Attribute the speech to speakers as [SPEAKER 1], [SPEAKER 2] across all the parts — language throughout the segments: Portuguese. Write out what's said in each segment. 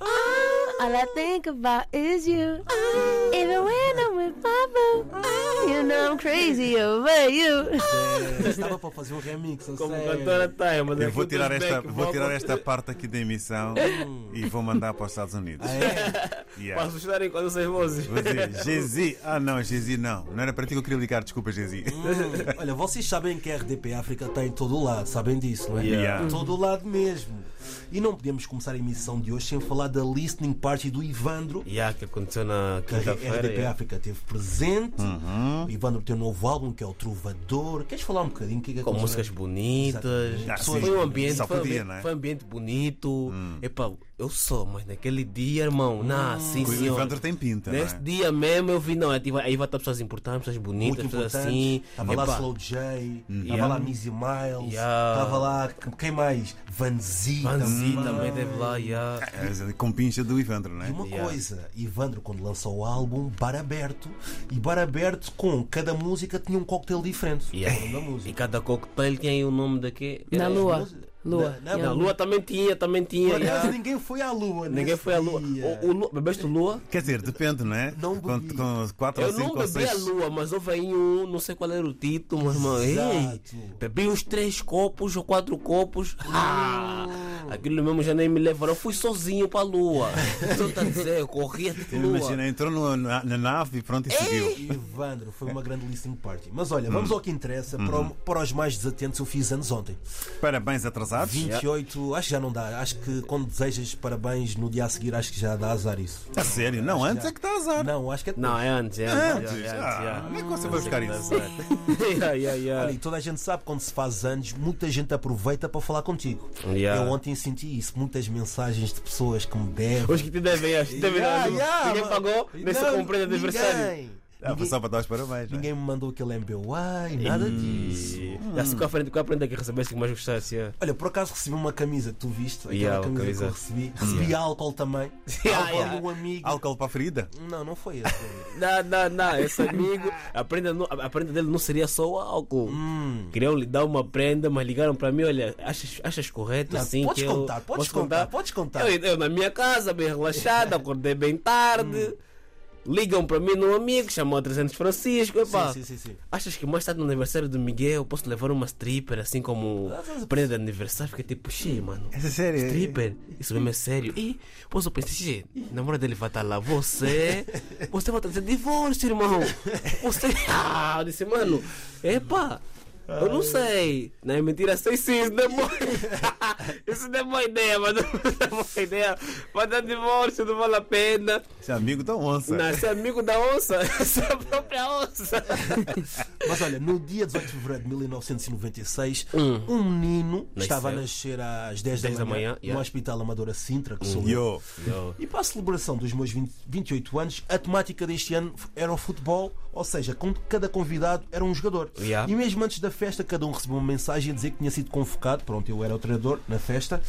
[SPEAKER 1] Ah.
[SPEAKER 2] All I think about is you. Even when I'm with Pablo.
[SPEAKER 1] Ah.
[SPEAKER 2] You know I'm crazy over you.
[SPEAKER 3] Eu estava para fazer um remix, a
[SPEAKER 1] Como
[SPEAKER 3] sério.
[SPEAKER 1] cantora tem, mas é
[SPEAKER 4] Eu
[SPEAKER 1] aqui
[SPEAKER 4] vou
[SPEAKER 1] o
[SPEAKER 4] tirar, esta,
[SPEAKER 1] Tupac
[SPEAKER 4] vou tirar
[SPEAKER 1] volta-
[SPEAKER 4] esta parte aqui da emissão e vou mandar para os Estados Unidos.
[SPEAKER 3] Ah, é?
[SPEAKER 4] Yeah.
[SPEAKER 1] Para assustarem com as suas vozes.
[SPEAKER 4] Vou dizer, Jay-Z. Ah, não, Jay-Z não. Não era para ti que eu queria ligar, desculpa, Jay-Z.
[SPEAKER 3] Hum, olha, vocês sabem que a RDP África está em todo o lado, sabem disso, não é?
[SPEAKER 4] Yeah.
[SPEAKER 3] Em todo o lado mesmo. E não podemos começar a emissão de hoje sem falar da listening party do Ivandro.
[SPEAKER 1] E há que aconteceu na
[SPEAKER 3] Que a
[SPEAKER 4] É,
[SPEAKER 1] quinta-feira. é,
[SPEAKER 3] RDP
[SPEAKER 1] yeah.
[SPEAKER 3] África teve presente. O Ivandro tem um novo álbum que é o Trovador. Queres falar um bocadinho? o Que é que
[SPEAKER 1] Com
[SPEAKER 3] aconteceu?
[SPEAKER 1] músicas bonitas.
[SPEAKER 3] Exatamente.
[SPEAKER 4] Ah,
[SPEAKER 1] Pessoas-
[SPEAKER 4] sim.
[SPEAKER 1] Foi um ambiente,
[SPEAKER 4] Só
[SPEAKER 1] foi um
[SPEAKER 4] podia, Hum.
[SPEAKER 1] ambiente-
[SPEAKER 4] né?
[SPEAKER 1] foi um ambiente bonito. Epá, eu sou, mas naquele dia, irmão, não, sim
[SPEAKER 4] O
[SPEAKER 1] senhor.
[SPEAKER 4] Evandro tem pinta, não
[SPEAKER 1] Nesse
[SPEAKER 4] é?
[SPEAKER 1] dia mesmo eu vi, não, é, tipo, aí vai estar pessoas importantes, pessoas bonitas,
[SPEAKER 3] muito
[SPEAKER 1] pessoas
[SPEAKER 3] importantes.
[SPEAKER 1] assim.
[SPEAKER 3] Estava lá Slow J, estava
[SPEAKER 1] Yeah.
[SPEAKER 3] lá Mizzy Miles,
[SPEAKER 1] Yeah.
[SPEAKER 3] estava lá quem mais? Vanzi.
[SPEAKER 1] Panzi
[SPEAKER 4] Hum.
[SPEAKER 3] também.
[SPEAKER 1] também teve lá, yeah.
[SPEAKER 4] É, Com pincha do Evandro, não
[SPEAKER 3] E
[SPEAKER 4] é?
[SPEAKER 3] uma
[SPEAKER 1] Yeah.
[SPEAKER 3] coisa, Ivandro, quando lançou o álbum, bar aberto. E bar aberto com cada música tinha um coquetel diferente.
[SPEAKER 1] Yeah.
[SPEAKER 3] O
[SPEAKER 4] É.
[SPEAKER 3] nome da
[SPEAKER 1] E
[SPEAKER 3] música.
[SPEAKER 1] cada coquetel tem o nome daqui.
[SPEAKER 2] Na
[SPEAKER 1] Era-
[SPEAKER 2] lua. É. Lua.
[SPEAKER 3] Na- na
[SPEAKER 1] É, Na lua também tinha, também tinha.
[SPEAKER 3] Por acaso
[SPEAKER 1] yeah.
[SPEAKER 3] ninguém foi à lua,
[SPEAKER 1] Ninguém
[SPEAKER 3] nesse
[SPEAKER 1] foi à lua.
[SPEAKER 3] dia.
[SPEAKER 1] O, o lua. Bebeste lua?
[SPEAKER 4] Quer dizer, depende, não é?
[SPEAKER 3] Não
[SPEAKER 4] com,
[SPEAKER 3] bebi.
[SPEAKER 4] com quatro
[SPEAKER 1] Eu
[SPEAKER 4] ou
[SPEAKER 1] não
[SPEAKER 4] cinco ou
[SPEAKER 1] bebi
[SPEAKER 4] seis.
[SPEAKER 1] a lua, mas houve aí um, não sei qual era o título, mas irmão. Ei,
[SPEAKER 3] Exato.
[SPEAKER 1] bebi uns três copos ou quatro copos.
[SPEAKER 4] Hum.
[SPEAKER 1] Ah, aquilo mesmo já nem me levaram. Eu fui sozinho para a lua. Só tá a dizer, eu corri até a
[SPEAKER 4] Eu
[SPEAKER 1] lua.
[SPEAKER 4] Imagina, entrou no- na, na nave e pronto, e seguiu.
[SPEAKER 3] Ivandro, foi uma grande listening party. Mas
[SPEAKER 1] Hum.
[SPEAKER 3] olha, vamos ao que interessa. Para, o- para os mais desatentos, eu fiz anos ontem.
[SPEAKER 4] Parabéns atrasados.
[SPEAKER 3] 28, acho que já não dá. Acho que quando desejas parabéns no dia a seguir, acho que já dá azar isso.
[SPEAKER 4] A sério, não, antes é que está azar.
[SPEAKER 3] Não, acho que é
[SPEAKER 1] Não, é antes, é antes.
[SPEAKER 4] Antes,
[SPEAKER 1] é antes,
[SPEAKER 4] ah,
[SPEAKER 1] yeah.
[SPEAKER 4] como é que você vai buscar isso?
[SPEAKER 1] Yeah, yeah, yeah.
[SPEAKER 3] Olha, e toda a gente sabe quando se faz anos, muita gente aproveita para falar contigo.
[SPEAKER 1] Yeah.
[SPEAKER 3] Eu ontem senti isso, muitas mensagens de pessoas que me deram.
[SPEAKER 1] Os que te devem, acho que te devem.
[SPEAKER 3] Yeah,
[SPEAKER 1] não,
[SPEAKER 3] yeah,
[SPEAKER 1] tá ninguém
[SPEAKER 3] mas-
[SPEAKER 1] pagou, nem se
[SPEAKER 3] Não,
[SPEAKER 1] comprei de aniversário.
[SPEAKER 3] Ninguém,
[SPEAKER 4] Ah, foi só para dar os parabéns. não é?
[SPEAKER 3] ninguém me mandou aquele MBY, nada disso.
[SPEAKER 1] E assim com
[SPEAKER 4] Hum.
[SPEAKER 1] a frente, com a frente é que recebeste que mais gostasse. yeah.
[SPEAKER 3] Olha, por acaso recebi uma camisa que tu viste, aquela
[SPEAKER 1] Yeah,
[SPEAKER 3] camisa
[SPEAKER 1] camisa.
[SPEAKER 3] que eu recebi. Recebi álcool também.
[SPEAKER 1] Yeah,
[SPEAKER 3] álcool
[SPEAKER 1] yeah.
[SPEAKER 3] de um amigo.
[SPEAKER 4] Álcool para a ferida?
[SPEAKER 3] Não, não foi esse. meu amigo.
[SPEAKER 1] Não, não, não, esse amigo, a prenda, não- a prenda dele não seria só o álcool.
[SPEAKER 3] Hum.
[SPEAKER 1] Queriam lhe dar uma prenda, mas ligaram para mim: olha, achas, achas correto
[SPEAKER 3] Não,
[SPEAKER 1] assim?
[SPEAKER 3] podes
[SPEAKER 1] que eu-
[SPEAKER 3] contar, podes
[SPEAKER 1] posso
[SPEAKER 3] contar, podes contar.
[SPEAKER 1] Eu, eu na minha casa, bem relaxado, acordei bem
[SPEAKER 3] Hum.
[SPEAKER 1] tarde. Ligam para mim num amigo, chamou 300 Francisco. Epá,
[SPEAKER 3] sim, sim, sim, sim.
[SPEAKER 1] Achas que mais tarde no aniversário do Miguel posso levar uma stripper assim como
[SPEAKER 3] Ah, mas-
[SPEAKER 1] prenda de aniversário? Fiquei tipo, xê, mano.
[SPEAKER 4] É sério?
[SPEAKER 1] Stripper? Isso mesmo é sério. E pois eu pensei, xê, a namorada dele vai estar lá. Você. Você vai trazer divórcio, irmão. Você. Ah, eu disse, mano, epa. Eu não sei. Não é mentira, sei sim. Isso não é boa, isso não é boa ideia, mano. Não é boa ideia. Vai dar divórcio, não vale a pena.
[SPEAKER 4] Esse amigo da onça.
[SPEAKER 1] Não, esse é amigo da onça. Essa é a própria onça.
[SPEAKER 3] Mas olha, no dia 18 de fevereiro de 1996,
[SPEAKER 1] Hum.
[SPEAKER 3] um menino estava a nascer às 10,
[SPEAKER 1] 10
[SPEAKER 3] da
[SPEAKER 1] da
[SPEAKER 3] manhã,
[SPEAKER 1] manhã, yeah.
[SPEAKER 3] no Hospital Amadora Sintra, que sou eu.
[SPEAKER 4] Hum. Yo.
[SPEAKER 3] E para a celebração dos meus 20 28 anos, a temática deste ano era o futebol, ou seja, com- cada convidado era um jogador.
[SPEAKER 1] Yeah.
[SPEAKER 3] E mesmo antes da festa, cada um recebeu uma mensagem a dizer que tinha sido convocado. Pronto, eu era o treinador na festa.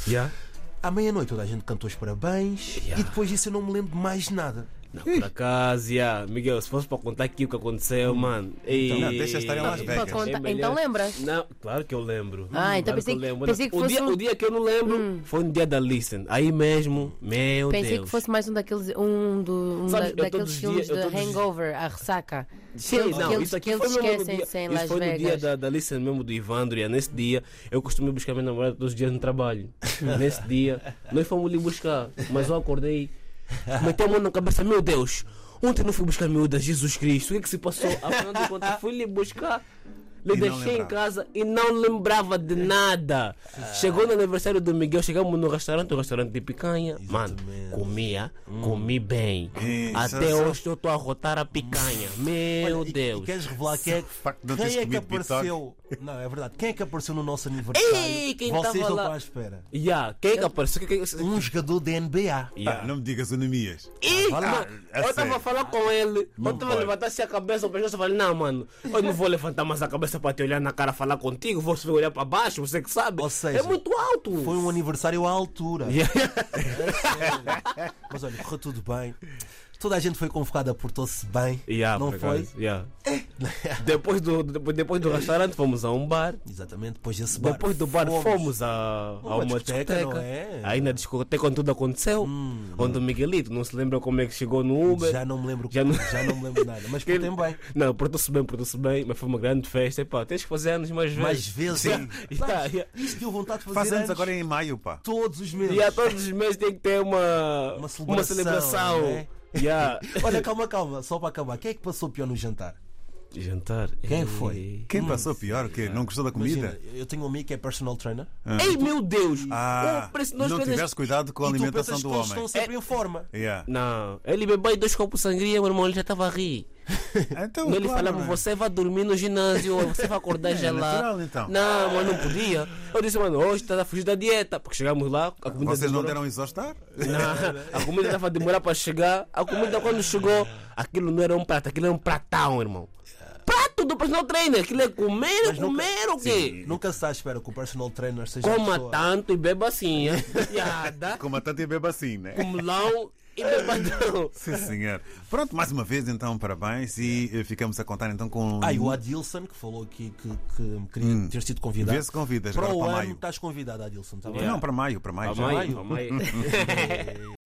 [SPEAKER 3] À meia-noite toda a gente cantou os parabéns
[SPEAKER 1] Yeah.
[SPEAKER 3] e depois disso eu não me lembro de mais nada.
[SPEAKER 1] Não, por acaso, yeah. Miguel, se fosse para contar aqui o que aconteceu, mano. Ei,
[SPEAKER 4] Hum. Então, Não, deixa estar em Las
[SPEAKER 2] Não,
[SPEAKER 4] Vegas.
[SPEAKER 2] pra contar.
[SPEAKER 1] É melhor-
[SPEAKER 2] Então lembras?
[SPEAKER 1] Não, claro que eu lembro. Hum,
[SPEAKER 2] Ah, então
[SPEAKER 1] Claro
[SPEAKER 2] pensei
[SPEAKER 1] eu
[SPEAKER 2] que-
[SPEAKER 1] lembro.
[SPEAKER 2] pensei que
[SPEAKER 1] o,
[SPEAKER 2] fosse
[SPEAKER 1] dia,
[SPEAKER 2] um- Hum.
[SPEAKER 1] o dia que eu não lembro foi no dia da Listen. Aí mesmo, meu
[SPEAKER 2] Pensei
[SPEAKER 1] Deus.
[SPEAKER 2] que fosse mais um daqueles, um do, um
[SPEAKER 1] Sabe,
[SPEAKER 2] da-
[SPEAKER 1] eu todos
[SPEAKER 2] daqueles
[SPEAKER 1] os
[SPEAKER 2] filmes
[SPEAKER 1] dias- eu
[SPEAKER 2] de
[SPEAKER 1] todos os dias-
[SPEAKER 2] hangover, a ressaca.
[SPEAKER 1] Sim,
[SPEAKER 2] que
[SPEAKER 1] não,
[SPEAKER 2] eles-
[SPEAKER 1] isso aqui
[SPEAKER 2] que eles
[SPEAKER 1] foi mesmo no
[SPEAKER 2] esquecem
[SPEAKER 1] dia-
[SPEAKER 2] sem
[SPEAKER 1] isso
[SPEAKER 2] Las
[SPEAKER 1] foi no dia
[SPEAKER 2] Vegas.
[SPEAKER 1] da, da lista mesmo do Ivandro. E é nesse dia eu costumo buscar minha namorada todos os dias no trabalho. nesse dia nós fomos lhe buscar, mas eu acordei, meti a mão na cabeça: Meu Deus, ontem não fui buscar miúda, Jesus Cristo, o que é que se passou? Afinal de contas, fui lhe buscar. Lhe
[SPEAKER 4] E não
[SPEAKER 1] deixei em
[SPEAKER 4] lembrava.
[SPEAKER 1] casa e não lembrava de nada. Chegou no aniversário do Miguel, chegamos no restaurante, o restaurante de picanha. Mano,
[SPEAKER 3] Exatamente.
[SPEAKER 1] comia, comi bem.
[SPEAKER 4] Hum. Isso,
[SPEAKER 1] Até
[SPEAKER 4] isso.
[SPEAKER 1] hoje eu estou a rotar a picanha. Meu
[SPEAKER 3] Olha, e-
[SPEAKER 1] Deus.
[SPEAKER 3] E, queres revelar quem é,
[SPEAKER 4] facto de não
[SPEAKER 3] quem
[SPEAKER 4] teres
[SPEAKER 3] é que
[SPEAKER 4] comido bitoque.
[SPEAKER 3] apareceu? Não, é verdade. Quem é que apareceu no nosso aniversário?
[SPEAKER 1] Ei, quem
[SPEAKER 3] Vocês
[SPEAKER 1] tava
[SPEAKER 3] estão
[SPEAKER 1] lá?
[SPEAKER 3] para a espera.
[SPEAKER 1] Yeah, quem é que apareceu? Quem- quem-
[SPEAKER 3] Um jogador de NBA.
[SPEAKER 4] Ah,
[SPEAKER 1] Yeah.
[SPEAKER 4] não me digas anemias.
[SPEAKER 1] Ih,
[SPEAKER 4] Ah,
[SPEAKER 1] mano,
[SPEAKER 4] é
[SPEAKER 1] eu
[SPEAKER 4] sério.
[SPEAKER 1] estava a falar com ele, eu estava a
[SPEAKER 4] pode.
[SPEAKER 1] levantar assim a cabeça, o pescoço, eu falei, não, mano, eu não vou levantar mais a cabeça para te olhar na cara, falar contigo, vou subir olhar para baixo, você que sabe.
[SPEAKER 3] Ou seja,
[SPEAKER 1] é muito alto.
[SPEAKER 3] Foi um aniversário à altura.
[SPEAKER 1] Yeah.
[SPEAKER 3] Mas olha, correu tudo bem. Toda a gente foi convocada, portou-se bem.
[SPEAKER 1] Yeah,
[SPEAKER 3] não
[SPEAKER 1] por
[SPEAKER 3] foi? É.
[SPEAKER 1] acaso, yeah. depois, do, depois, depois do restaurante fomos a um bar.
[SPEAKER 3] Exatamente, depois desse bar.
[SPEAKER 1] depois do bar fomos, a, a uma discoteca.
[SPEAKER 3] não é? Hum.
[SPEAKER 1] Aí na discoteca onde tudo aconteceu. onde o Miguelito não se lembra como é que chegou no Uber.
[SPEAKER 3] Já não me lembro
[SPEAKER 1] Já não-
[SPEAKER 3] já não me lembro nada, mas
[SPEAKER 1] Que-
[SPEAKER 3] portem bem.
[SPEAKER 1] Não, portou-se bem, portou-se bem, mas foi uma grande festa. Epá, tens que fazer anos mais vezes. tá,
[SPEAKER 3] Mais vezes.
[SPEAKER 4] Sim.
[SPEAKER 1] Yeah, yeah.
[SPEAKER 3] Isto deu vontade de fazer
[SPEAKER 4] Faz anos
[SPEAKER 3] anos
[SPEAKER 4] agora é em maio, pá.
[SPEAKER 3] todos os meses.
[SPEAKER 1] E a todos os meses tem que ter uma,
[SPEAKER 3] Uma celebração,
[SPEAKER 1] celebração.
[SPEAKER 3] né?
[SPEAKER 1] Yeah.
[SPEAKER 3] Olha, calma, calma, só para acabar. Quem é que passou pior no jantar?
[SPEAKER 1] Jantar.
[SPEAKER 3] Quem
[SPEAKER 1] Ei.
[SPEAKER 3] foi?
[SPEAKER 4] Quem passou pior? O quê? Não gostou da
[SPEAKER 3] Imagina,
[SPEAKER 4] comida?
[SPEAKER 3] eu tenho um amigo que é personal trainer.
[SPEAKER 1] Ei, meu Deus!
[SPEAKER 4] Ah,
[SPEAKER 1] O preço É, nós
[SPEAKER 4] não
[SPEAKER 1] fizemos-
[SPEAKER 4] tivesse cuidado com a
[SPEAKER 3] e tu pensas
[SPEAKER 4] alimentação
[SPEAKER 3] que
[SPEAKER 4] do
[SPEAKER 3] eles estão
[SPEAKER 4] homem.
[SPEAKER 3] sempre em forma.
[SPEAKER 4] Yeah.
[SPEAKER 1] Não, ele bebeu dois copos de sangria, meu irmão, ele já estava a rir.
[SPEAKER 4] Então,
[SPEAKER 1] Não, ele
[SPEAKER 4] claro,
[SPEAKER 1] falava,
[SPEAKER 4] né? É,
[SPEAKER 1] você vai dormir no ginásio, ou você vai acordar já lá.
[SPEAKER 4] natural, então.
[SPEAKER 1] Não, mas não podia. Eu disse, mano, hoje está a fugir da dieta, porque chegamos lá, a comida
[SPEAKER 4] Vocês não
[SPEAKER 1] demorou-
[SPEAKER 4] deram exaustar?
[SPEAKER 1] Não, a comida estava a demorar para chegar. A comida quando chegou, aquilo não era um prato, aquilo era um pratão, irmão. Prato do personal trainer, aquilo é comer, comer o quê?
[SPEAKER 3] Nunca se está à espera que o personal trainer seja uma
[SPEAKER 1] Coma
[SPEAKER 3] pessoa.
[SPEAKER 1] tanto e beba assim, hein? Piada,
[SPEAKER 4] Com matante e beba assim, né?
[SPEAKER 1] melão e bebadão.
[SPEAKER 4] Sim, senhor. Pronto, mais uma vez, então, parabéns. E eh, ficamos a contar, então, com.
[SPEAKER 3] Ah, e o Adilson, que falou aqui que, que me queria ter sido convidado.
[SPEAKER 4] Vê se Hum. convidas
[SPEAKER 3] para
[SPEAKER 4] agora
[SPEAKER 3] o
[SPEAKER 4] para
[SPEAKER 3] ano
[SPEAKER 4] maio.
[SPEAKER 3] estás convidado, Adilson. Tá bem?
[SPEAKER 4] Não, para maio, para maio.
[SPEAKER 1] Mamãe, mamãe.